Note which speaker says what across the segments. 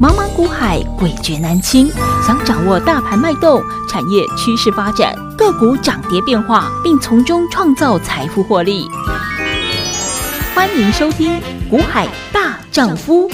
Speaker 1: 茫茫股海，诡谲难清。想掌握大盘脉动、产业趋势发展、个股涨跌变化，并从中创造财富获利，欢迎收听《股海大丈夫》。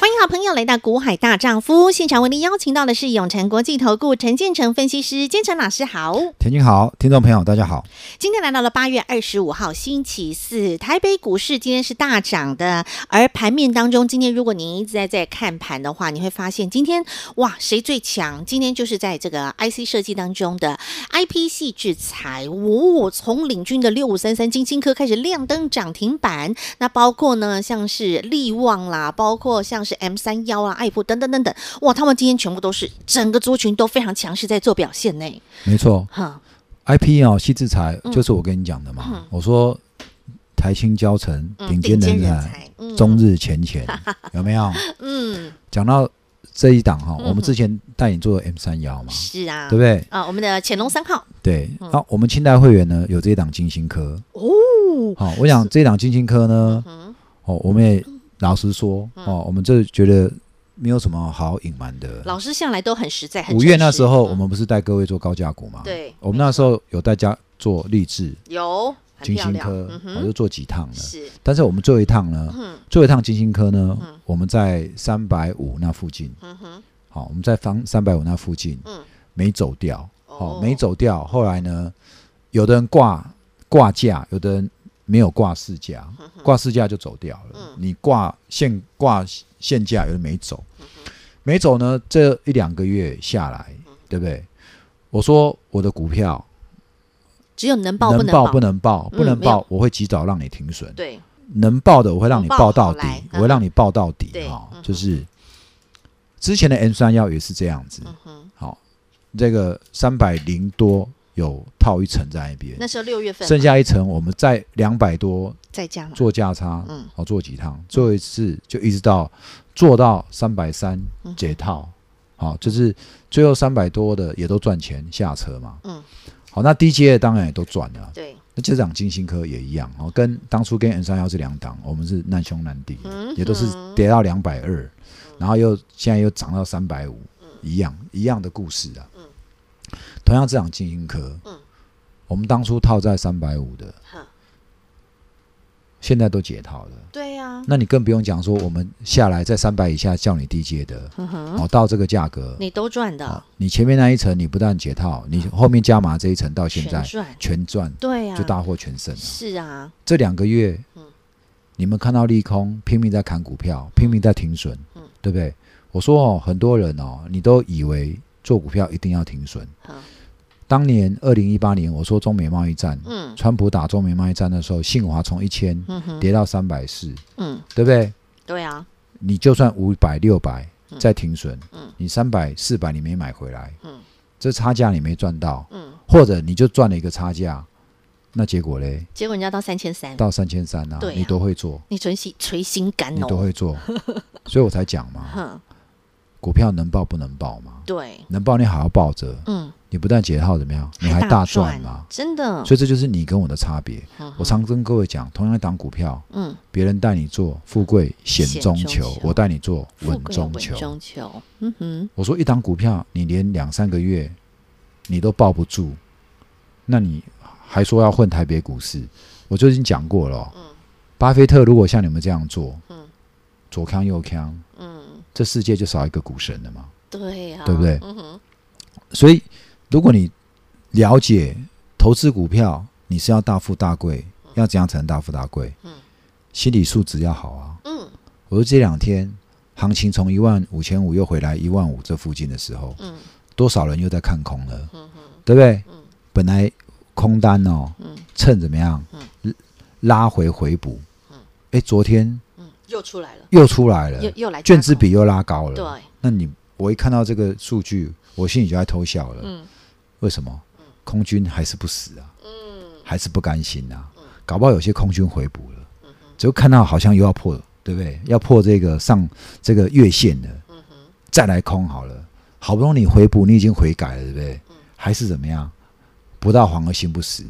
Speaker 2: 欢迎好朋友来到《股海大丈夫》现场，为您邀请到的是永诚国际投顾陈建成分析师，建成老师好。
Speaker 3: 田君好，听众朋友大家好。
Speaker 2: 今天来到了八月二十五号星期四，台北股市今天是大涨的，而盘面当中，今天如果您一直在在看盘的话，你会发现今天哇谁最强？今天就是在这个 IC 设计当中的 IP 系制裁，哦，从领军的六五三三金星科开始亮灯涨停板，那包括呢像是力旺啦，包括像是 M 三幺啊、爱普等等等等，哇，他们今天全部都是整个族群都非常强势在做表现呢，
Speaker 3: 没错
Speaker 2: 哈，
Speaker 3: ，IP 啊、西制裁
Speaker 2: 嗯
Speaker 3: 就是我跟你讲的嘛。
Speaker 2: 嗯
Speaker 3: 我说台青教程
Speaker 2: 嗯
Speaker 3: 顶尖人才，，
Speaker 2: 嗯
Speaker 3: 中日前 前有没有？
Speaker 2: 嗯，
Speaker 3: 讲到这一档哈，
Speaker 2: 嗯
Speaker 3: 我们之前带你做的 M 三幺嘛，
Speaker 2: 是啊，
Speaker 3: 对不对？
Speaker 2: 啊，我们的潜龙三号
Speaker 3: 对。
Speaker 2: 嗯
Speaker 3: 那我们清代会员呢有这一档金星科，
Speaker 2: 哦，
Speaker 3: 好，我想这一档金星科呢，
Speaker 2: 嗯
Speaker 3: 哦，我们也老实说，哦，我们这觉得没有什么好隐瞒的。
Speaker 2: 老师向来都很实在，很
Speaker 3: 五月
Speaker 2: 诚
Speaker 3: 那
Speaker 2: 实
Speaker 3: 时候，
Speaker 2: 嗯
Speaker 3: 我们不是带各位做高价股吗？
Speaker 2: 对
Speaker 3: 我们那时候有带家做励志、
Speaker 2: 有很
Speaker 3: 金
Speaker 2: 漂
Speaker 3: 星
Speaker 2: 亮
Speaker 3: 科
Speaker 2: 嗯，
Speaker 3: 我
Speaker 2: 哼，
Speaker 3: 就做几趟了。
Speaker 2: 是，
Speaker 3: 但是我们最后一趟呢，
Speaker 2: 嗯
Speaker 3: 最后一趟金星科呢
Speaker 2: 嗯，
Speaker 3: 我们在三百五那附近，
Speaker 2: 嗯哼，
Speaker 3: 好，我们在方三百五那附近
Speaker 2: 嗯
Speaker 3: 没走掉，
Speaker 2: 哦
Speaker 3: 好，没走掉。后来呢，有的人挂挂价，有的人没有挂市价，挂市价就走掉了
Speaker 2: 嗯。
Speaker 3: 你挂现挂现价，有的没走，
Speaker 2: 嗯
Speaker 3: 没走呢，这一两个月下来，
Speaker 2: 嗯
Speaker 3: 对不对？我说我的股票
Speaker 2: 只有能报
Speaker 3: 能
Speaker 2: 能
Speaker 3: 报
Speaker 2: 报
Speaker 3: 不能报，
Speaker 2: 嗯
Speaker 3: 不能
Speaker 2: 没有
Speaker 3: 报，我会及早让你停损。
Speaker 2: 对，
Speaker 3: 能报的我会让你
Speaker 2: 能报
Speaker 3: 报到
Speaker 2: 好
Speaker 3: 底
Speaker 2: 来，嗯
Speaker 3: 我会让你报到底
Speaker 2: 对
Speaker 3: 哈
Speaker 2: 嗯哼，
Speaker 3: 就是之前的 N 三幺也是这样子，
Speaker 2: 嗯哼，
Speaker 3: 好，这个三百零多有套一层在那边
Speaker 2: 那，时候六月份嘛
Speaker 3: 剩下一层我们在两百多
Speaker 2: 再加嘛，
Speaker 3: 做价差
Speaker 2: 嗯，
Speaker 3: 好做几趟，做一次就一直到做到三百三
Speaker 2: 嗯
Speaker 3: 解套，好，就是最后三百多的也都赚钱下车嘛，
Speaker 2: 嗯，
Speaker 3: 好，那低阶的当然也都赚了。
Speaker 2: 对，
Speaker 3: 那这档金星科也一样哦，跟当初跟 N 三幺是两档，我们是难兄难弟，
Speaker 2: 嗯
Speaker 3: 也都是
Speaker 2: 哼
Speaker 3: 跌到两百二，然后又现在又涨到三百五，
Speaker 2: 嗯
Speaker 3: 一样一样的故事啊。同样这档金星科，
Speaker 2: 嗯
Speaker 3: 我们当初套在三百五的
Speaker 2: 哼，
Speaker 3: 现在都解套了。
Speaker 2: 对呀，
Speaker 3: 那你更不用讲说，我们下来在三百以下叫你低阶的，
Speaker 2: 嗯哼，
Speaker 3: 哦，到这个价格，
Speaker 2: 你都赚
Speaker 3: 哦
Speaker 2: 的，，
Speaker 3: 你前面那一层你不但解套，你后面加码这一层到现
Speaker 2: 全
Speaker 3: 在
Speaker 2: 赚，
Speaker 3: 全赚，
Speaker 2: 对呀，
Speaker 3: 就大获全胜啊。
Speaker 2: 是啊，
Speaker 3: 这两个月，
Speaker 2: 嗯
Speaker 3: 你们看到利空拼命在砍股票，拼命在停损，
Speaker 2: 嗯
Speaker 3: 对不对？我说哦，很多人哦，你都以为做股票一定要停损。
Speaker 2: 好
Speaker 3: 当年二零一八年，我说中美贸易战，
Speaker 2: 嗯
Speaker 3: 川普打中美贸易战的时候，信华从一千
Speaker 2: 嗯哼，
Speaker 3: 跌到三百四，
Speaker 2: 嗯，
Speaker 3: 对不对？
Speaker 2: 对啊，
Speaker 3: 你就算五百、六百
Speaker 2: 嗯
Speaker 3: 再停损，
Speaker 2: 嗯
Speaker 3: 你三百、四百你没买回来，
Speaker 2: 嗯
Speaker 3: 这差价你没赚到，
Speaker 2: 嗯，
Speaker 3: 或者你就赚了一个差价，那结果嘞，
Speaker 2: 结果人家到三千三，
Speaker 3: 到三千三啊
Speaker 2: 对，啊
Speaker 3: 你都会做，
Speaker 2: 你存心捶心肝
Speaker 3: 你都
Speaker 2: 哦，
Speaker 3: 会做， 所以我才讲 嘛，
Speaker 2: 哼，
Speaker 3: 股票能报不能报嘛？
Speaker 2: 对，
Speaker 3: 能报你好好抱着，
Speaker 2: 嗯，
Speaker 3: 你不但解套怎么样，你还大赚嘛？
Speaker 2: 真的，
Speaker 3: 所以这就是你跟我的差别。
Speaker 2: 嗯哼
Speaker 3: 我常跟各位讲，同样一档股票，
Speaker 2: 嗯，
Speaker 3: 别人带你做富贵险中
Speaker 2: 险中
Speaker 3: 求
Speaker 2: 求，
Speaker 3: 我带你做
Speaker 2: 富
Speaker 3: 稳
Speaker 2: 贵
Speaker 3: 中
Speaker 2: 稳
Speaker 3: 求。
Speaker 2: 中求，嗯哼，
Speaker 3: 我说一档股票，你连两三个月你都抱不住，那你还说要混台北股市？我就已经讲过了哦、巴菲特如果像你们这样做，
Speaker 2: 嗯
Speaker 3: 左康右康，
Speaker 2: 嗯，
Speaker 3: 这世界就少一个股神了嘛。
Speaker 2: 对啊，
Speaker 3: 对不对
Speaker 2: 嗯哼，
Speaker 3: 所以，如果你了解投资股票，你是要大富大贵，要怎样才能大富大贵？
Speaker 2: 嗯
Speaker 3: 心理素质要好啊。
Speaker 2: 嗯
Speaker 3: 我说这两天行情从一万五千五又回来一万五这附近的时候，
Speaker 2: 嗯
Speaker 3: 多少人又在看空了，
Speaker 2: 嗯哼，
Speaker 3: 对不对？
Speaker 2: 嗯
Speaker 3: 本来空单哦，
Speaker 2: 嗯
Speaker 3: 趁怎么样拉回回补
Speaker 2: 嗯，
Speaker 3: 哎，昨天
Speaker 2: 嗯，又出来了，
Speaker 3: 又出来
Speaker 2: 又
Speaker 3: 了，
Speaker 2: 又来加
Speaker 3: 呃卷子
Speaker 2: 空
Speaker 3: 比，又拉高了。
Speaker 2: 对，啊
Speaker 3: 那你我一看到这个数据，我心里就在偷笑了。
Speaker 2: 嗯
Speaker 3: 为什么？空军还是不死啊，
Speaker 2: 嗯
Speaker 3: 还是不甘心啊，搞不好有些空军回补了，
Speaker 2: 嗯
Speaker 3: 只有看到好像又要破，对不对？要破这个上这个月线了，
Speaker 2: 嗯
Speaker 3: 再来空好了，好不容易你回补，你已经悔改了，对不
Speaker 2: 嗯
Speaker 3: 对？还是怎么样？不到黄河心不死，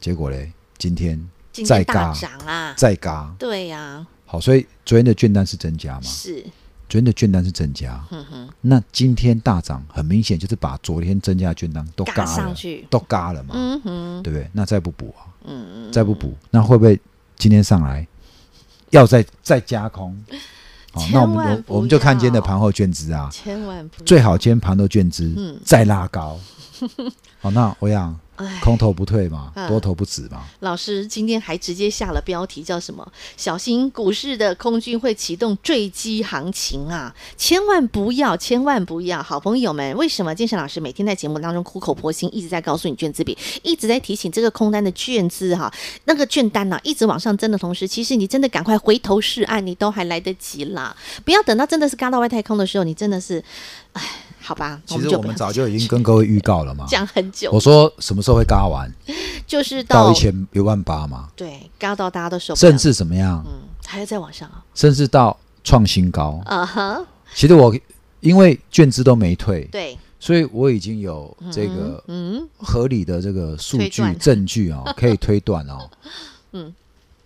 Speaker 3: 结果嘞，今天
Speaker 2: 今
Speaker 3: 再
Speaker 2: 天大
Speaker 3: 嘎
Speaker 2: 涨啊，
Speaker 3: 再嘎，
Speaker 2: 对呀，啊
Speaker 3: 好，所以昨天的券单是增加嘛？
Speaker 2: 是，
Speaker 3: 昨天的券单是增加，
Speaker 2: 嗯哼，
Speaker 3: 那今天大涨，很明显就是把昨天增加的券单都嘎
Speaker 2: 嘎
Speaker 3: 了，
Speaker 2: 上去，
Speaker 3: 都嘎了嘛，
Speaker 2: 嗯哼，
Speaker 3: 对不对？那再不补啊，
Speaker 2: 嗯嗯，
Speaker 3: 再不补，那会不会今天上来要再再加空？好，那我
Speaker 2: 千万
Speaker 3: 们
Speaker 2: 不
Speaker 3: 我我们就看今天的
Speaker 2: 要
Speaker 3: 盘后券资啊，
Speaker 2: 千万不
Speaker 3: 最好今天盘后券资
Speaker 2: 嗯
Speaker 3: 再拉 高。好，那我想
Speaker 2: 哎，
Speaker 3: 空头不退嘛
Speaker 2: 嗯，
Speaker 3: 多头不止嘛。
Speaker 2: 老师今天还直接下了标题叫什么？小心股市的空军会启动坠机行情啊！千万不要，千万不要！好朋友们，为什么建成老师每天在节目当中苦口婆心，一直在告诉你卷资比，一直在提醒这个空单的卷资哈、那个券单呐、一直往上增的同时，其实你真的赶快回头是岸，你都还来得及啦！不要等到真的是嘎到外太空的时候，你真的是，哎，好吧，
Speaker 3: 其实
Speaker 2: 就
Speaker 3: 我
Speaker 2: 不
Speaker 3: 们
Speaker 2: 要
Speaker 3: 早就已经跟各位预告了嘛，
Speaker 2: 讲很久
Speaker 3: 我，说什么时候会嘎完，
Speaker 2: 就是
Speaker 3: 到
Speaker 2: 到
Speaker 3: 一千一万八嘛，
Speaker 2: 对嘎到大家都受不了，
Speaker 3: 甚至怎么样，
Speaker 2: 嗯，还要再往上啊。
Speaker 3: 甚至到创新高。
Speaker 2: 啊哈，
Speaker 3: 其实我因为券资都没退，
Speaker 2: 对，
Speaker 3: 所以我已经有这个
Speaker 2: 嗯，
Speaker 3: 合理的这个数
Speaker 2: 推
Speaker 3: 据
Speaker 2: 断
Speaker 3: 证据 哦，可以推断哦，
Speaker 2: 嗯，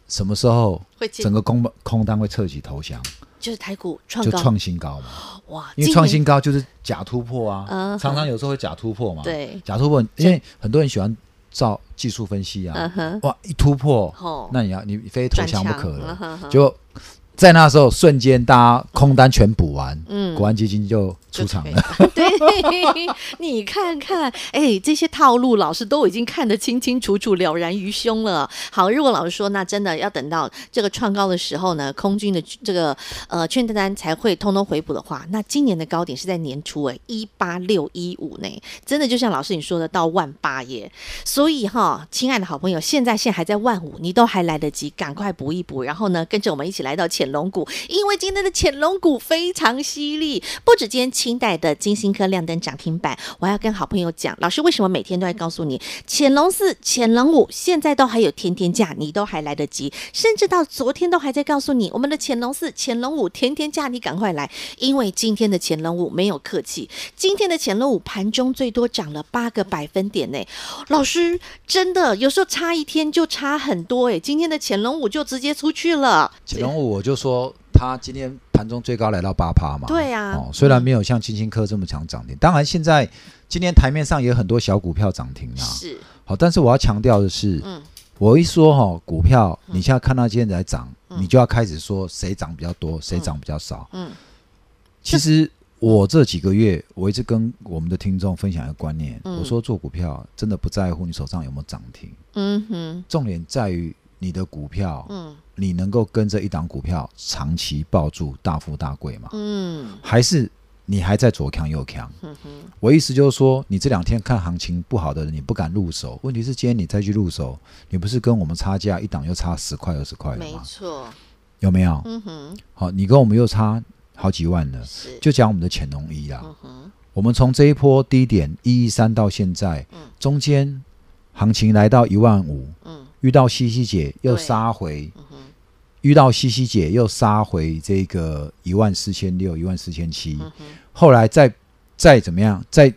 Speaker 3: 什么时候
Speaker 2: 会进
Speaker 3: 整个空空单会彻底投降，
Speaker 2: 就是台股创
Speaker 3: 就
Speaker 2: 高，
Speaker 3: 创新高嘛。
Speaker 2: 哇，
Speaker 3: 因为
Speaker 2: 今
Speaker 3: 创
Speaker 2: 年
Speaker 3: 新高就是假突破啊，
Speaker 2: 嗯
Speaker 3: 常常有时候会假突破嘛。
Speaker 2: 对
Speaker 3: 假突破，因为很多人喜欢照技术分析啊，
Speaker 2: 嗯哼
Speaker 3: 哇，一突破，
Speaker 2: 哦
Speaker 3: 那你要你非投
Speaker 2: 转
Speaker 3: 降不
Speaker 2: 强
Speaker 3: 可
Speaker 2: 嗯哼
Speaker 3: 了
Speaker 2: 哼。
Speaker 3: 结果在那时候瞬间，大家空单全补完，
Speaker 2: 嗯
Speaker 3: 国安基金就出场了。
Speaker 2: 了。对， 你看看，哎，这些套路老师都已经看得清清楚楚、了然于胸了。好，如果老师说，那真的要等到这个创高的时候呢，空军的这个呃券单才会通通回补的话，那今年的高点是在年初哎，一八六一五呢，真的就像老师你说的，到万八耶。所以哈，亲爱的好朋友，现在现在还在万五，你都还来得及，赶快补一补，然后呢，跟着我们一起来到潜龙股，因为今天的潜龙股非常犀利，不止今天清代的金星科亮灯涨停板，我还要跟好朋友讲，老师为什么每天都在告诉你，潜龙四、潜龙五现在都还有甜甜价，你都还来得及，甚至到昨天都还在告诉你，我们的潜龙四、潜龙五甜甜价，你赶快来，因为今天的潜龙五没有客气，今天的潜龙五盘中最多涨了八个百分点呢。老师真的有时候差一天就差很多哎，今天的潜龙五就直接出去了，
Speaker 3: 锦龙五，啊我就说它今天盘中最高来到八趴嘛。
Speaker 2: 对啊
Speaker 3: 哦，虽然没有像金星科这么强涨停，当然现在今天台面上也有很多小股票涨停啦。
Speaker 2: 是
Speaker 3: 好，但是我要强调的是，
Speaker 2: 嗯
Speaker 3: 我一说哈、股票，你现在看到今天在涨，你就要开始说谁涨比较多，谁涨比较少。
Speaker 2: 嗯
Speaker 3: 其实我这几个月，我一直跟我们的听众分享一个观念，
Speaker 2: 嗯
Speaker 3: 我说做股票真的不在乎你手上有没有涨停，
Speaker 2: 嗯哼
Speaker 3: 重点在于你的股票，
Speaker 2: 嗯
Speaker 3: 你能够跟着一档股票长期抱住，大富大贵嘛，
Speaker 2: 嗯
Speaker 3: 还是？你还在左扛右扛，
Speaker 2: 嗯哼
Speaker 3: 我意思就是说，你这两天看行情不好的人，你不敢入手。问题是今天你再去入手，你不是跟我们差价一档又差十块二十块了
Speaker 2: 没
Speaker 3: 吗？
Speaker 2: 错，
Speaker 3: 有没有？
Speaker 2: 嗯哼
Speaker 3: 好，你跟我们又差好几万了。
Speaker 2: 是
Speaker 3: 就讲我们的潜龙一啦，
Speaker 2: 嗯哼
Speaker 3: 我们从这一波低点一一三到现在，中间行情来到一万五，
Speaker 2: 嗯
Speaker 3: 遇到西西姐又
Speaker 2: 对
Speaker 3: 杀回，
Speaker 2: 嗯哼
Speaker 3: 遇到西西姐又杀回这个一万四千六、一万四千七，
Speaker 2: 嗯哼
Speaker 3: 后来再再怎么样，在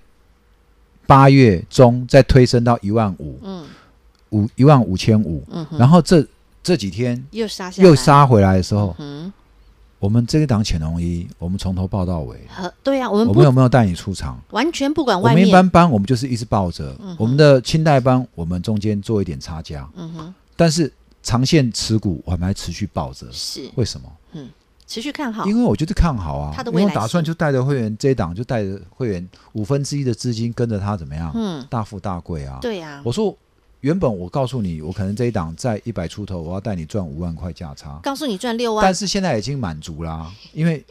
Speaker 3: 八月中再推升到一万五
Speaker 2: 嗯
Speaker 3: 五一万五千五，
Speaker 2: 嗯哼，
Speaker 3: 然后这这几天
Speaker 2: 又杀下来
Speaker 3: 又，杀回来的时候，
Speaker 2: 嗯
Speaker 3: 我们这一档潜龙一，我们从头报到尾，
Speaker 2: 哼，呃对啊，我们
Speaker 3: 我
Speaker 2: 不
Speaker 3: 们有没有带你出场？
Speaker 2: 完全不管
Speaker 3: 我
Speaker 2: 外
Speaker 3: 们一
Speaker 2: 面，
Speaker 3: 般班我们就是一直抱着，我们的清代班我们中间做一点差价，
Speaker 2: 嗯哼
Speaker 3: 但是长线持股我们还持续抱着，
Speaker 2: 是
Speaker 3: 为什么？
Speaker 2: 持续看好
Speaker 3: 因，为我就是看好啊
Speaker 2: 它，的
Speaker 3: 因
Speaker 2: 未来
Speaker 3: 为我打算就带着会员这一档就带着会员五分之一的资金跟着他怎么样，
Speaker 2: 嗯
Speaker 3: 大富大贵啊。
Speaker 2: 对啊，
Speaker 3: 我说原本我告诉你，我可能这一档在一百出头，我要带你赚五万块价差，
Speaker 2: 告诉你赚六
Speaker 3: 但
Speaker 2: 万，
Speaker 3: 是现在已经满足啦、因为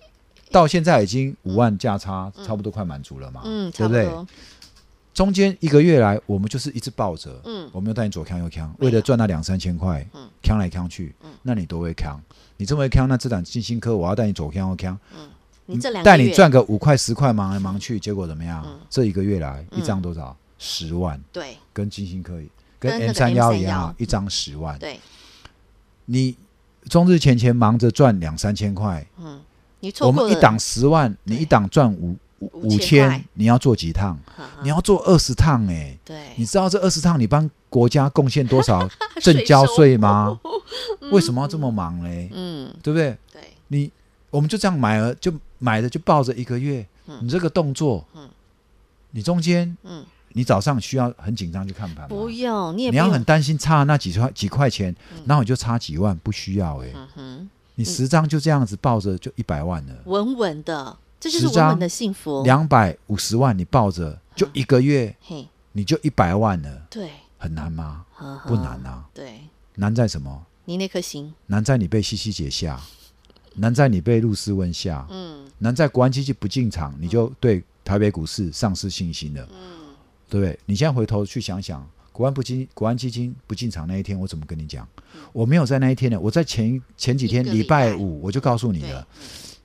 Speaker 3: 到现在已经五万价差差不多快满足了嘛，
Speaker 2: 嗯，
Speaker 3: 对
Speaker 2: 差
Speaker 3: 不
Speaker 2: 不
Speaker 3: 对？
Speaker 2: 多，
Speaker 3: 中间一个月来，我们就是一直抱着，
Speaker 2: 嗯
Speaker 3: 我没有带你左扛右扛，
Speaker 2: 没有
Speaker 3: 为了赚那两三千块，
Speaker 2: 嗯
Speaker 3: 扛来扛去，那你都会扛。你这么会扛，那这档金星科我要带你左扛右扛，
Speaker 2: 你这两个
Speaker 3: 带你
Speaker 2: 月
Speaker 3: 赚个五块十块，忙来忙去，结果怎么样
Speaker 2: 嗯？
Speaker 3: 这一个月来
Speaker 2: 嗯
Speaker 3: 一张多少？十万，
Speaker 2: 对
Speaker 3: 跟金星科一
Speaker 2: 跟
Speaker 3: 跟
Speaker 2: 那
Speaker 3: M
Speaker 2: 个
Speaker 3: 三幺一
Speaker 2: M31
Speaker 3: 样啊，一张十万。
Speaker 2: 对，
Speaker 3: 你中日前前忙着赚两三千块，
Speaker 2: 嗯，你错
Speaker 3: 我
Speaker 2: 过
Speaker 3: 们一
Speaker 2: 了
Speaker 3: 档十万，你
Speaker 2: 对
Speaker 3: 一档赚五
Speaker 2: 五
Speaker 3: 五
Speaker 2: 千块嗯
Speaker 3: 千，你要做几趟？
Speaker 2: 哈哈
Speaker 3: 你要做二十趟哎、你
Speaker 2: 对，
Speaker 3: 知道这二十趟你帮国家贡献 多少正交税吗？ 为什么要这么忙嘞？
Speaker 2: 嗯，
Speaker 3: 对不对？
Speaker 2: 对，
Speaker 3: 你我们就这样买了，就买了就抱着一个月，
Speaker 2: 嗯
Speaker 3: 你这个动作，
Speaker 2: 嗯
Speaker 3: 你中间
Speaker 2: 嗯，
Speaker 3: 你早上需要很紧张去看盘吗？
Speaker 2: 不用，你也
Speaker 3: 你
Speaker 2: 不
Speaker 3: 要
Speaker 2: 用，
Speaker 3: 很担心差那几块几块钱
Speaker 2: 嗯，
Speaker 3: 然后你就差几万，不需要哎、
Speaker 2: 嗯哼，
Speaker 3: 你十张就这样子抱着就一百万了，
Speaker 2: 稳稳的，这就是
Speaker 3: 十
Speaker 2: 稳稳
Speaker 3: 张
Speaker 2: 的幸福。
Speaker 3: 两百五十万你抱着就一个月
Speaker 2: 嘿，
Speaker 3: 你就一百万了，
Speaker 2: 对，
Speaker 3: 很难吗？
Speaker 2: 呵呵
Speaker 3: 不难啊，
Speaker 2: 对
Speaker 3: 难在什么？
Speaker 2: 你那颗心，
Speaker 3: 难在你被西西姐下，难在你被陆思文下，
Speaker 2: 嗯
Speaker 3: 难在国安基金不进场，你就对台北股市丧失信心了，
Speaker 2: 嗯，
Speaker 3: 对不对？你现在回头去想想，国安不进国安基金不进场那一天，我怎么跟你讲？我没有在那一天的，我在前前几天
Speaker 2: 嗯一个礼
Speaker 3: 礼拜
Speaker 2: 拜
Speaker 3: 五我就告诉你
Speaker 2: 对
Speaker 3: 了。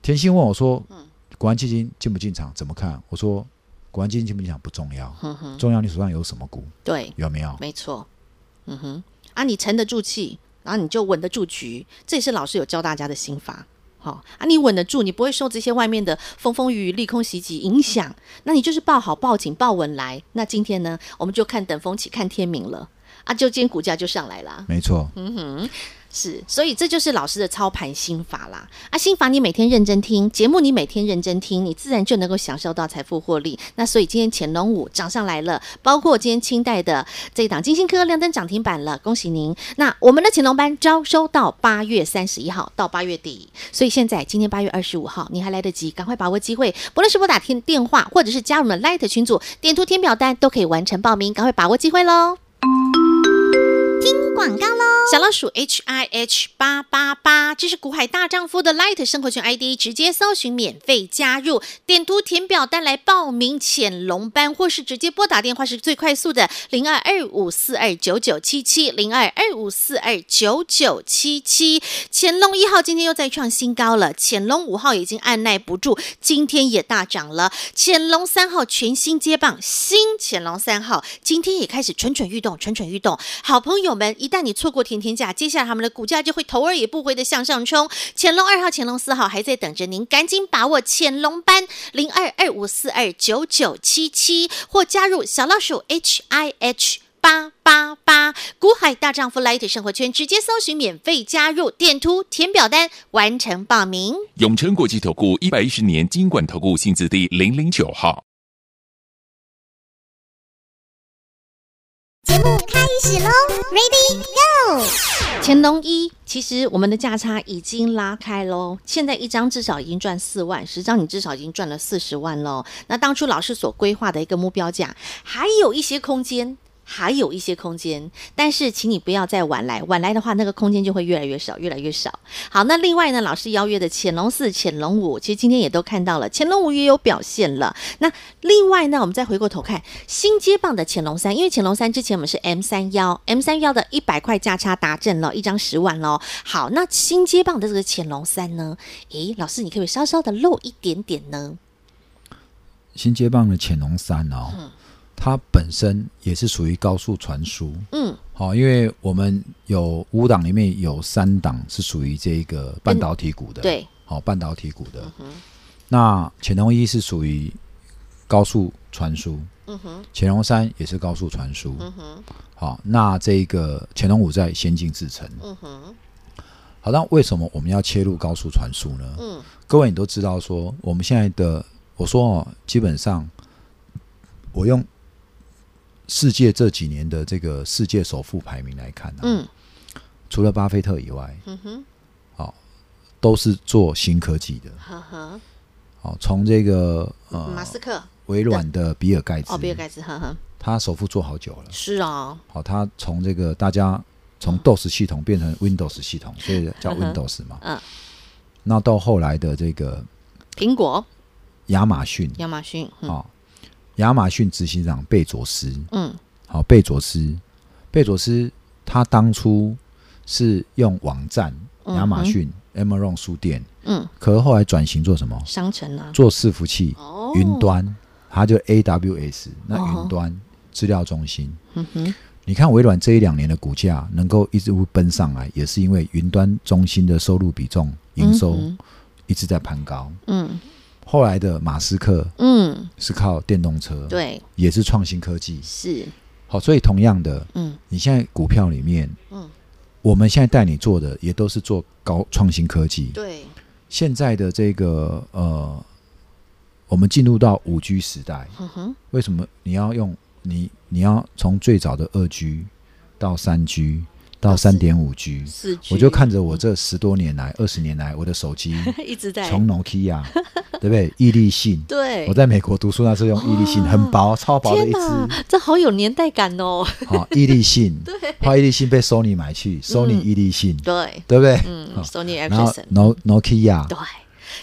Speaker 3: 田心问我说
Speaker 2: 嗯：“
Speaker 3: 国安基金进不进场？怎么看？”我说：“国安基金进不进场不重要，
Speaker 2: 哼哼，
Speaker 3: 重要你手上有什么股，
Speaker 2: 对，
Speaker 3: 有没有？
Speaker 2: 没错，嗯哼，啊，你沉得住气，然后你就稳得住局，这也是老师有教大家的心法。好、啊，你稳得住，你不会受这些外面的风风雨雨、利空袭击影响，那你就是抱好、抱紧、抱稳来。那今天呢，我们就看等风起，看天明了啊，就今天股价就上来啦。
Speaker 3: 没错，
Speaker 2: 是，所以这就是老师的操盘心法啦。啊，心法你每天认真听，节目你每天认真听，你自然就能够享受到财富获利。那所以今天乾隆五涨上来了，包括今天清代的这一档金星科亮灯涨停板了，恭喜您。那我们的乾隆班招收到八月三十一号到八月底，所以现在今天八月二十五号，您还来得及，赶快把握机会。不论是拨打电电话，或者是加入我们 Light 群组，点图填表单都可以完成报名，赶快把握机会喽。
Speaker 4: 广告。
Speaker 2: 小老鼠 H I H 八八八，这是股海大丈夫的 Light 生活圈 ID，直接搜寻免费加入，点图填表单来报名潜龙班，或是直接拨打电话是最快速的零二二五四二九九七七零二二五四二九九七七。潜龙一号今天又再创新高了，潜龙五号已经按耐不住，今天也大涨了。潜龙三号全新接棒，新潜龙三号今天也开始蠢蠢欲动，蠢蠢欲动。好朋友们，一旦你错过甜甜价，接下来他们的股价就会头儿也不回的向上冲。潜龙二号、潜龙四号还在等着您，赶紧把握潜龙班零二二五四二九九七七，或加入小老鼠 H I H。八八八，股海大丈夫 Light 生活圈，直接搜寻免费加入，点图填表单，完成报名。
Speaker 5: 永诚国际投顾一百一十年金管投顾性质第零零九号。
Speaker 2: 乾隆一，其实我们的价差已经拉开喽，现在一张至少已经赚四万，十张你至少已经赚了四十万喽。那当初老师所规划的一个目标价，还有一些空间。还有一些空间，但是请你不要再晚来，晚来的话，那个空间就会越来越少，越来越少。好，那另外呢，老师邀约的潜龙四、潜龙五，其实今天也都看到了，潜龙五也有表现了。那另外呢，我们再回过头看新接棒的潜龙三，因为潜龙三之前我们是 M 三幺，M 三幺的一百块价差达阵了，一张十万喽。好，那新接棒的这个潜龙三呢？诶，老师，你可不可以稍稍的露一点点呢？
Speaker 3: 新接棒的潜龙三哦，
Speaker 2: 嗯
Speaker 3: 它本身也是属于高速传输。
Speaker 2: 嗯，
Speaker 3: 好、因为我们有五档里面有三档是属于这个半导体股的，，
Speaker 2: 对，嗯
Speaker 3: 好、半导体股的。那潜龙一是属于高速传输，
Speaker 2: 嗯哼，
Speaker 3: 潜龙三也是高速传输，
Speaker 2: 嗯哼，
Speaker 3: 好、那这个潜龙五在先进制程，
Speaker 2: 嗯哼，
Speaker 3: 好，那为什么我们要切入高速传输呢？
Speaker 2: 嗯，
Speaker 3: 各位你都知道说，我们现在的我说哦，基本上我用世界这几年的这个世界首富排名来看、啊，
Speaker 2: 嗯，
Speaker 3: 除了巴菲特以外，
Speaker 2: 嗯哼，
Speaker 3: 都是做新科技的。
Speaker 2: 呵呵，
Speaker 3: 哦，从这个
Speaker 2: 马
Speaker 3: 呃嗯
Speaker 2: 斯克，
Speaker 3: 微软的比尔盖茨，
Speaker 2: 哦，比尔盖茨，呵呵，
Speaker 3: 他首富做好久了。
Speaker 2: 是哦，
Speaker 3: 好、他从这个大家从 DOS 系统变成 Windows 系统，所以叫
Speaker 2: 嗯哼
Speaker 3: Windows 嘛。
Speaker 2: 嗯。
Speaker 3: 那到后来的这个
Speaker 2: 苹果，
Speaker 3: 亚马逊，
Speaker 2: 亚马逊，嗯
Speaker 3: 哦，亚马逊执行长贝佐斯，
Speaker 2: 嗯
Speaker 3: 好、贝佐斯，贝佐斯他当初是用网站
Speaker 2: 嗯
Speaker 3: 亚马
Speaker 2: 哼
Speaker 3: 逊 Amazon 书店，
Speaker 2: 嗯，
Speaker 3: 可是后来转型做什么？
Speaker 2: 商城啊，
Speaker 3: 做伺服器，
Speaker 2: 哦
Speaker 3: 云，端，它就 AWS 那
Speaker 2: 哦
Speaker 3: 云端资料中心。
Speaker 2: 嗯哼，
Speaker 3: 你看微软这一两年的股价能够一直奔上来，也是因为云端中心的收入比重、营收
Speaker 2: 嗯
Speaker 3: 一直在攀高。
Speaker 2: 嗯，
Speaker 3: 后来的马斯克
Speaker 2: 嗯，
Speaker 3: 是靠电动车，，
Speaker 2: 对，
Speaker 3: 也是创新科技。
Speaker 2: 是，
Speaker 3: 好，所以同样的，
Speaker 2: 嗯
Speaker 3: 你现在股票里面，
Speaker 2: 嗯，
Speaker 3: 我们现在带你做的也都是做高创新科技。
Speaker 2: 对，
Speaker 3: 现在的这个呃，我们进入到五 G 时代，
Speaker 2: 嗯哼，
Speaker 3: 为什么你要用你你要从最早的二 G 到三 G 到
Speaker 2: 到四
Speaker 3: 三点五 G？
Speaker 2: 四 G，
Speaker 3: 我就看着我这十多年来、二十年来我的手机
Speaker 2: 一直在
Speaker 3: 从 Nokia 对不 对？毅力信，
Speaker 2: 对
Speaker 3: 我，在美国读书那时候用毅力信，
Speaker 2: 哦
Speaker 3: 很薄，超薄的
Speaker 2: 天
Speaker 3: 一
Speaker 2: 哪
Speaker 3: 支。，
Speaker 2: 这好有年代感哦，
Speaker 3: 好，毅 力信，后来毅力信被 Sony 买去，Sony 毅力信，
Speaker 2: 嗯对，
Speaker 3: 对不对？
Speaker 2: 嗯
Speaker 3: 好
Speaker 2: ，Sony
Speaker 3: 然后
Speaker 2: Ericsson，
Speaker 3: No Nokia，
Speaker 2: 对，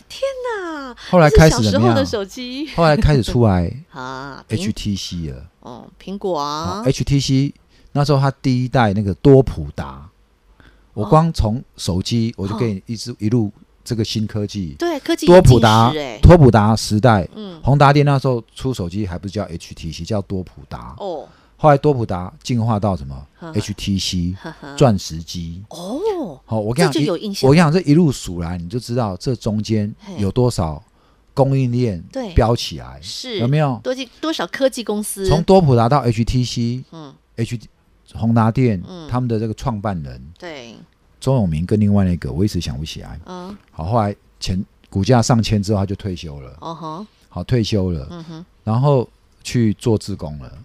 Speaker 2: 天哪，
Speaker 3: 后来
Speaker 2: 这是
Speaker 3: 开
Speaker 2: 小
Speaker 3: 始
Speaker 2: 时
Speaker 3: 怎么
Speaker 2: 候的
Speaker 3: 样？哎
Speaker 2: 手机
Speaker 3: 后来开始出来
Speaker 2: 啊，苹
Speaker 3: HTC 了
Speaker 2: 哦，苹果啊
Speaker 3: 啊，HTC 那时候它第一代那个多普达，
Speaker 2: 哦
Speaker 3: 我光从手机我就给你一直一路这个新科技，
Speaker 2: 对，哦科技
Speaker 3: 多
Speaker 2: 已经
Speaker 3: 普达
Speaker 2: 进时哎，
Speaker 3: 多普达时代，
Speaker 2: 嗯，
Speaker 3: 宏达电那时候出手机还不是叫 HTC，叫多普达。
Speaker 2: 哦，
Speaker 3: 后来多普达进化到什么
Speaker 2: 呵呵
Speaker 3: HTC
Speaker 2: 呵呵
Speaker 3: 钻石机。
Speaker 2: 哦，
Speaker 3: 好，我跟你
Speaker 2: 这
Speaker 3: 讲，
Speaker 2: 就有
Speaker 3: 一
Speaker 2: 印象
Speaker 3: 我跟你讲，这一路数来，你就知道这中间
Speaker 2: 嘿
Speaker 3: 有多少供应链
Speaker 2: 对
Speaker 3: 飙起来，
Speaker 2: 是
Speaker 3: 有没有？
Speaker 2: 多进多少科技公司？
Speaker 3: 从多普达到 HTC、
Speaker 2: 嗯
Speaker 3: H 宏达电
Speaker 2: 嗯，
Speaker 3: 他们的这个创办人
Speaker 2: 对，
Speaker 3: 钟永明跟另外那个，我一直想不起来。
Speaker 2: 嗯，
Speaker 3: 好，后来前股价上千之后，他就退休了。
Speaker 2: 哦吼，
Speaker 3: 好，退休了，
Speaker 2: 嗯哼，
Speaker 3: 然后去做志 工了。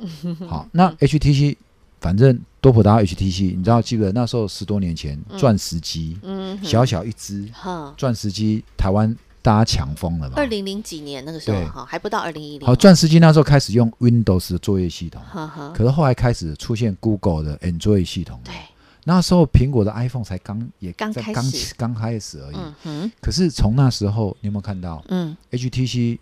Speaker 3: 好，那 HTC 反正多普达 HTC，你知道，记得那时候十多年前
Speaker 2: 嗯
Speaker 3: 钻石机，
Speaker 2: 嗯哼，
Speaker 3: 小小一只
Speaker 2: 哈，
Speaker 3: 钻石机，台湾大家抢疯了嘛
Speaker 2: 二。零零几年那个时候
Speaker 3: 对
Speaker 2: 哈，还不到二零一零，
Speaker 3: 好，钻石机那时候开始用 Windows 的作业系统，
Speaker 2: 呵呵，
Speaker 3: 可是后来开始出现 Google 的 Android 系统。
Speaker 2: 啊对，
Speaker 3: 那时候苹果的 iPhone 才刚也
Speaker 2: 刚
Speaker 3: 在
Speaker 2: 开
Speaker 3: 刚
Speaker 2: 始
Speaker 3: 起刚开始而已。
Speaker 2: 嗯哼，
Speaker 3: 可是从那时候，你有没有看到
Speaker 2: 嗯
Speaker 3: HTC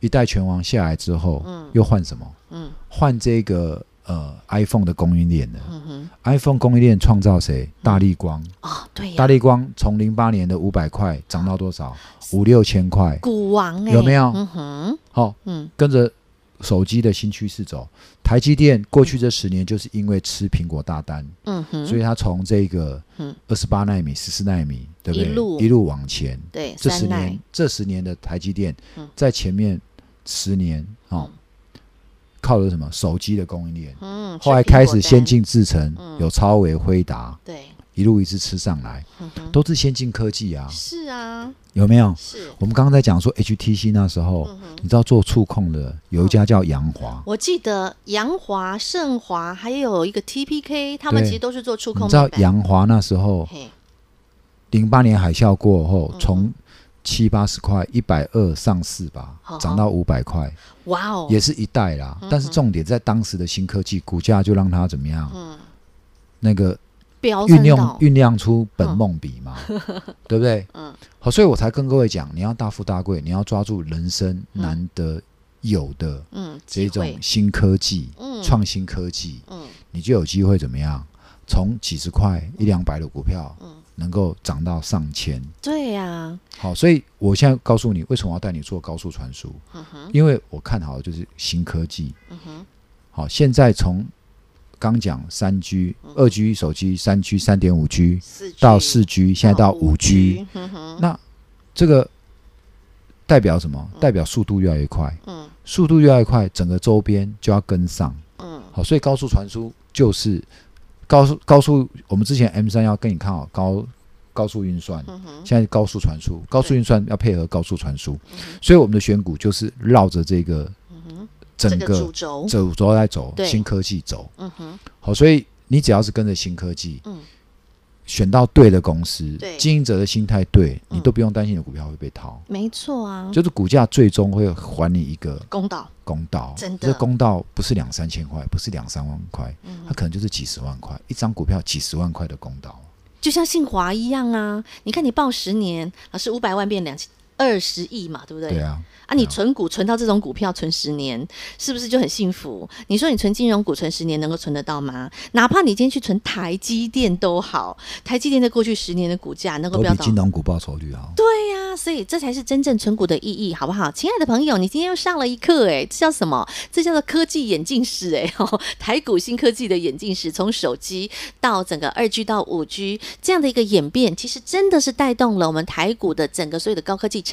Speaker 3: 一代拳王下来之后，
Speaker 2: 嗯
Speaker 3: 又换什么？
Speaker 2: 嗯
Speaker 3: 换这个呃 iPhone 的供应链的。
Speaker 2: 嗯哼，嗯
Speaker 3: iPhone 供应链创造谁？大力光。
Speaker 2: 哦，对
Speaker 3: 大
Speaker 2: 呀，
Speaker 3: 力光从零八年的五百块涨到多少？五六千块。
Speaker 2: 股王哎，
Speaker 3: 有没有
Speaker 2: 嗯哼，
Speaker 3: 好、
Speaker 2: 嗯，
Speaker 3: 跟着手机的新趋势走。台积电过去这十年就是因为吃苹果大单，
Speaker 2: 嗯哼，
Speaker 3: 所以它从这个
Speaker 2: 嗯
Speaker 3: 二十八纳米、十四纳米，对不对？
Speaker 2: 一路
Speaker 3: 往前。
Speaker 2: 对，
Speaker 3: 这十
Speaker 2: 三奈
Speaker 3: 年，这十年的台积电
Speaker 2: 嗯
Speaker 3: 在前面十年哦，靠的什么手机的供应链。
Speaker 2: 嗯，
Speaker 3: 后来
Speaker 2: 吃苹果
Speaker 3: 开始先
Speaker 2: 单，
Speaker 3: 进制程，
Speaker 2: 嗯
Speaker 3: 有超微、辉达，
Speaker 2: 对，
Speaker 3: 一路一直吃上来，
Speaker 2: 嗯哼，
Speaker 3: 都是先进科技啊，
Speaker 2: 是啊，
Speaker 3: 有没有？
Speaker 2: 是，
Speaker 3: 我们刚刚在讲说 HTC 那时候，
Speaker 2: 嗯
Speaker 3: 你知道做触控的有一家叫洋华，
Speaker 2: 我记得杨华、盛华还有一个 TPK，他们
Speaker 3: 对
Speaker 2: 其实都是做嗯触控
Speaker 3: 你知道
Speaker 2: 面板
Speaker 3: 洋华那时候
Speaker 2: 嘿，嗯
Speaker 3: 零八年海啸过后，从七八十块一百二上市吧
Speaker 2: 好，
Speaker 3: 涨到五百块，
Speaker 2: 哇哦，
Speaker 3: 也是一代啦。但是重点在当时的新科技股价就让它怎么样？
Speaker 2: 嗯
Speaker 3: 那个
Speaker 2: 飙
Speaker 3: 酝
Speaker 2: 升
Speaker 3: 酿
Speaker 2: 到，
Speaker 3: 酝酿出本梦比嘛，对不对？
Speaker 2: 嗯，
Speaker 3: 好，所以我才跟各位讲，你要大富大贵，你要抓住人生
Speaker 2: 嗯
Speaker 3: 难得有的
Speaker 2: 嗯，
Speaker 3: 这
Speaker 2: 机
Speaker 3: 种
Speaker 2: 会
Speaker 3: 新科技、
Speaker 2: 嗯
Speaker 3: 创新科技，
Speaker 2: 嗯
Speaker 3: 你就有机会怎么样？从几十块、一两百的股票，
Speaker 2: 嗯
Speaker 3: 能够涨到上千。
Speaker 2: 对啊呀、
Speaker 3: 好，所以我现在告诉你，为什么我要带你做高速传输？
Speaker 2: 嗯哼，
Speaker 3: 因为我看好的就是新科技。
Speaker 2: 嗯哼，
Speaker 3: 好，现在从刚讲三 G、二 G 手机、三 G、三点五 G
Speaker 2: 四嗯 G
Speaker 3: 到四 G，现在到五 G，
Speaker 2: 5G，嗯哼，
Speaker 3: 那这个代表什么？代表速度越来越快，
Speaker 2: 嗯
Speaker 3: 速度越来越快，整个周边就要跟上。
Speaker 2: 嗯
Speaker 3: 好，所以高速传输就是高速高速，我们之前 M 三要跟你看好高高速运算，
Speaker 2: 嗯哼，
Speaker 3: 现在高速传输，高速运算要配合高速传输，
Speaker 2: 嗯
Speaker 3: 所以我们的选股就是绕着这个整
Speaker 2: 这个主
Speaker 3: 个
Speaker 2: 轴，
Speaker 3: 主轴来走，
Speaker 2: 对
Speaker 3: 新科技走。
Speaker 2: 嗯哼，
Speaker 3: 好，所以你只要是跟着新科技，
Speaker 2: 嗯
Speaker 3: 选到对的公司
Speaker 2: 对，
Speaker 3: 经营者的心态对，
Speaker 2: 嗯
Speaker 3: 你都不用担心你的股票会被套，
Speaker 2: 没错啊，
Speaker 3: 就是股价最终会还你一个
Speaker 2: 公道，
Speaker 3: 公道，
Speaker 2: 真的嗯
Speaker 3: 这公道不是两三千块，不是两三万块，它可能就是几十万块，一张股票几十万块的公道。
Speaker 2: 就像信华一样啊，你看你报十年，老师五百万变两千。二十亿嘛，对不对？
Speaker 3: 对啊，
Speaker 2: 啊，你存股存到这种股票存十年，是不是就很幸福？你说你存金融股存十年能够存得到吗？哪怕你今天去存台积电都好，台积电在过去十年的股价能够
Speaker 3: 都
Speaker 2: 飙
Speaker 3: 比
Speaker 2: 到
Speaker 3: 金融股报酬率好。
Speaker 2: 对呀、啊，所以这才是真正存股的意义，好不好？亲爱的朋友，你今天又上了一课，哎，这叫什么？这叫做科技眼镜师，哎， 哦，台股新科技的眼镜师，从手机到整个二 G 到五 G 这样的一个演变，其实真的是带动了我们台股的整个所有的高科技产业。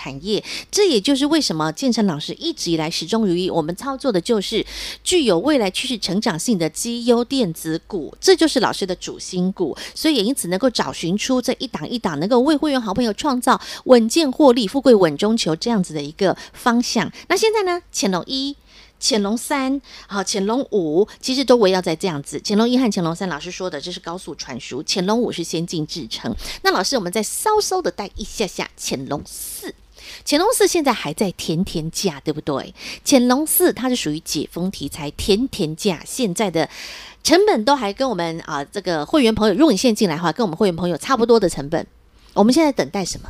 Speaker 2: 这也就是为什么建成老师一直以来始终如一，我们操作的就是具有未来趋势成长性的绩优电子股，这就是老师的主心骨，所以也因此能够找寻出这一档一档能够为会员好朋友创造稳健获利、富贵稳中求这样子的一个方向。那现在呢，潜龙一。潜龙三，好，潜龙五其实都围绕在这样子。潜龙一和潜龙三，老师说的这是高速传输，潜龙五是先进制程。那老师，我们再稍稍的带一下下潜龙四。潜龙寺现在还在甜甜价，对不对？潜龙寺它是属于解封题材，甜甜价现在的成本都还跟我们啊、这个会员朋友，如果你现在进来的话，跟我们会员朋友差不多的成本。我们现在等待什么？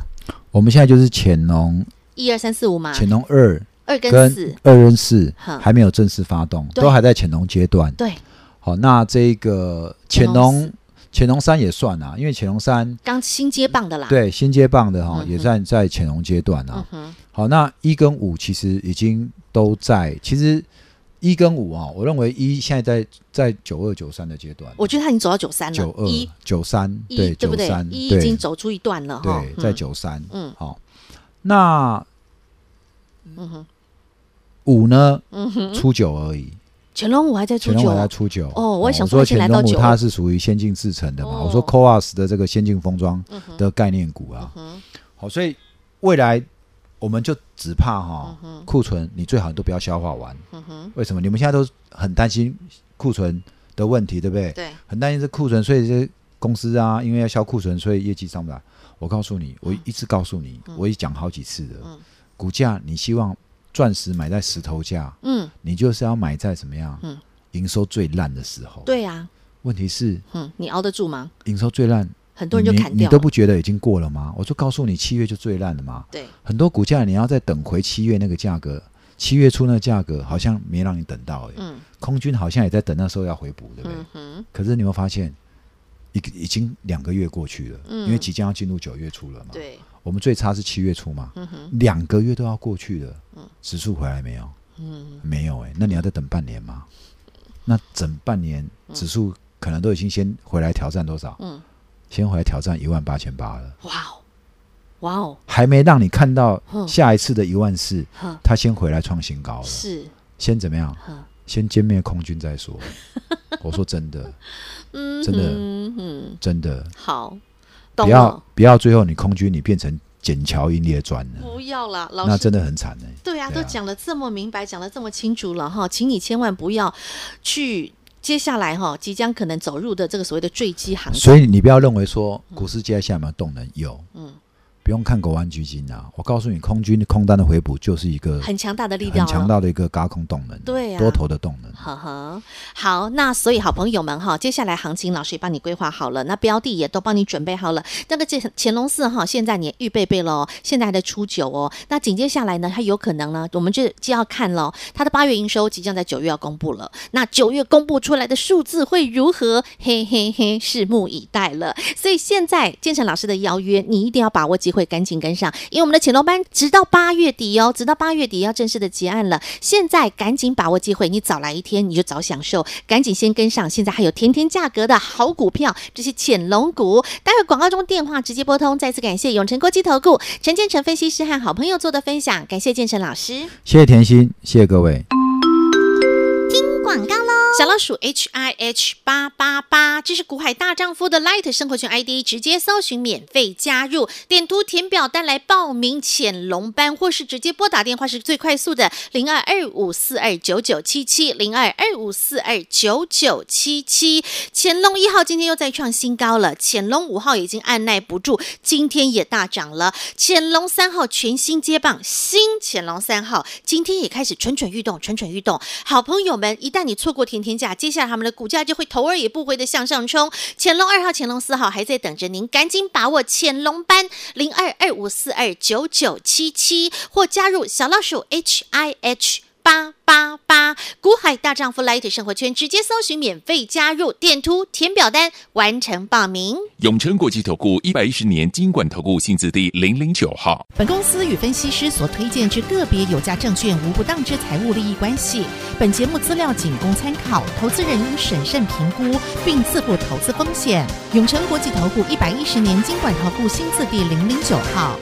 Speaker 3: 我们现在就是潜龙、
Speaker 2: 一二三四五嘛，
Speaker 3: 潜龙二
Speaker 2: 二跟
Speaker 3: 跟
Speaker 2: 啊四，
Speaker 3: 二跟四
Speaker 2: 好
Speaker 3: 还没有正式发动，
Speaker 2: 对
Speaker 3: 都还在潜龙阶段。
Speaker 2: 对，
Speaker 3: 好，那这个
Speaker 2: 潜
Speaker 3: 潜
Speaker 2: 龙
Speaker 3: 龙潜龙三也算啊，因为潜龙三
Speaker 2: 刚新接棒的啦。，
Speaker 3: 对新接棒的哈、
Speaker 2: 啊嗯哼
Speaker 3: 也算在潜龙阶段啊
Speaker 2: 嗯。哼，
Speaker 3: 好，那一跟五其实已经都在，其实一跟五啊，我认为一现在在在九二九三的阶段，
Speaker 2: 我觉得他已经走到九三了，
Speaker 3: 九二
Speaker 2: 一
Speaker 3: 九三
Speaker 2: 一
Speaker 3: 对
Speaker 2: 对
Speaker 3: 九
Speaker 2: 不对
Speaker 3: 三？
Speaker 2: 一
Speaker 3: 对
Speaker 2: 已经走出一段了哈
Speaker 3: 对，，
Speaker 2: 嗯
Speaker 3: 在，九三
Speaker 2: 嗯
Speaker 3: 好，那
Speaker 2: 嗯哼，
Speaker 3: 五呢
Speaker 2: 嗯哼，
Speaker 3: 出九而已，
Speaker 2: 潜龙五还在出
Speaker 3: 乾隆
Speaker 2: 九
Speaker 3: 我还在出九
Speaker 2: 哦我也想说
Speaker 3: 说
Speaker 2: 已经来
Speaker 3: 乾
Speaker 2: 到
Speaker 3: 隆五
Speaker 2: 九
Speaker 3: 它是属于先进制成的嘛，
Speaker 2: 哦
Speaker 3: 我说 COAS 的这个先进封装
Speaker 2: 嗯哼，
Speaker 3: 的概念股啊，
Speaker 2: 嗯
Speaker 3: 好，所以未来我们就只怕哈
Speaker 2: 嗯哼
Speaker 3: 库存你最好都不要消化完，
Speaker 2: 嗯哼，
Speaker 3: 为什么？你们现在都很担心库存的问题，对不对？
Speaker 2: 对，
Speaker 3: 很担心这库存，所以这些公司啊，因为要销库存，所以业绩上不来。我告诉你，我一直告诉你，我已讲好几次的，
Speaker 2: 嗯
Speaker 3: 股价你希望钻石买在石头价，
Speaker 2: 嗯，
Speaker 3: 你就是要买在怎么样？
Speaker 2: 嗯
Speaker 3: 营收最烂的时候。。
Speaker 2: 对呀，
Speaker 3: 问题是
Speaker 2: 嗯，你熬得住吗？
Speaker 3: 营收最烂，
Speaker 2: 很多人就
Speaker 3: 你
Speaker 2: 砍
Speaker 3: 你
Speaker 2: 掉
Speaker 3: 都
Speaker 2: 了。
Speaker 3: 不觉得已经过了吗？我就告诉你，七月就最烂了嘛。
Speaker 2: 对，
Speaker 3: 很多股价你要再等回七月那个价格，七月初那个价格好像没让你等到哎、
Speaker 2: 嗯
Speaker 3: 空军好像也在等那时候要回补，对不对？
Speaker 2: 嗯哼，
Speaker 3: 可是你有没有发现，已已经两个月过去了，
Speaker 2: 嗯
Speaker 3: 因为即将要进入九月初了嘛。
Speaker 2: 对，
Speaker 3: 我们最差是七月初嘛，
Speaker 2: 嗯哼，
Speaker 3: 两个月都要过去了，指数回来没有？
Speaker 2: 嗯
Speaker 3: 没有哎、那你要再等半年吗？那整半年指数可能都已经先回来挑战多少？
Speaker 2: 嗯，
Speaker 3: 先回来挑战一万八千八了，
Speaker 2: 哇哦，哇哦，
Speaker 3: 还没让你看到
Speaker 2: 嗯
Speaker 3: 下一次的一万四，
Speaker 2: 呵，
Speaker 3: 它先回来创新高了。
Speaker 2: 是嗯
Speaker 3: 先怎么样？
Speaker 2: 呵，
Speaker 3: 先歼灭空军 再说。我说真的，
Speaker 2: 嗯
Speaker 3: 真的
Speaker 2: 嗯嗯，
Speaker 3: 真的，
Speaker 2: 好，懂了
Speaker 3: 不要，不要最后你空军你变成捡桥英列砖了，
Speaker 2: 不要啦，老
Speaker 3: 那
Speaker 2: 师
Speaker 3: 真的很惨呢、
Speaker 2: 对啊，
Speaker 3: 对
Speaker 2: 都
Speaker 3: 啊
Speaker 2: 讲了这么明白，讲了这么清楚了哈，请你千万不要去接下来哈，即将可能走入的这个所谓的坠机行情。
Speaker 3: 所以你不要认为说股市接下来有没有动能，有，
Speaker 2: 嗯
Speaker 3: 不用看国安基金啊，我告诉你，空军空单的回补就是一个
Speaker 2: 很强大的力量
Speaker 3: 很强
Speaker 2: 了。
Speaker 3: 大的一个轧空动能，
Speaker 2: 对啊
Speaker 3: 多头的动能。
Speaker 2: 呵呵，好，那所以好朋友们哈，接下来行情老师也帮你规划好了，那标的也都帮你准备好了。那个潜潜龙寺哈，现在你也预备备喽，现在还在初九哦。那紧接下来呢，它有可能呢，我们就就要看哦喽，它的八月营收即将在九月要公布了。那九月公布出来的数字会如何？嘿嘿嘿，拭目以待了。所以现在建成老师的邀约，你一定要把握机会，赶紧跟上，因为我们的潜龙班直到八月底哦，直到八月底要正式的结案了。现在赶紧把握机会，你早来一天你就早享受，赶紧先跟上。现在还有天天价格的好股票，这些潜龙股。待会广告中电话直接拨通。再次感谢永诚国际投顾陈建成分析师和好朋友做的分享，感谢建成老师。
Speaker 3: 谢谢甜心，谢谢各位。
Speaker 2: 广告喽。小老鼠 H I H 八八八，这是股海大丈夫的 Light 生活圈 ID，直接搜寻免费加入，点图填表单来报名潜龙班，或是直接拨打电话是最快速的零二二五四二九九七七零二二五四二九九七七。潜龙一号今天又再创新高了，潜龙五号已经按耐不住，今天也大涨了。潜龙三号全新接棒，新潜龙三号今天也开始蠢蠢欲动，蠢蠢欲动。好朋友们，一旦你错过甜甜价，接下来他们的股价就会头儿也不回的向上冲。潜龙二号、潜龙四号还在等着您，赶紧把握潜龙班零二二五四二九九七七，或加入小老鼠 H I H。八。八八八，股海大丈夫 Light 生活圈直接搜寻免费加入，点图填表单完成报名。
Speaker 5: 永诚国际投顾一百一十年金管投顾性质第零零九号。
Speaker 4: 本公司与分析师所推荐之个别有价证券无不当之财务利益关系。本节目资料仅供参考，投资人应审慎评估并自负投资风险。永诚国际投顾一百一十年经管投顾新字第零零九号。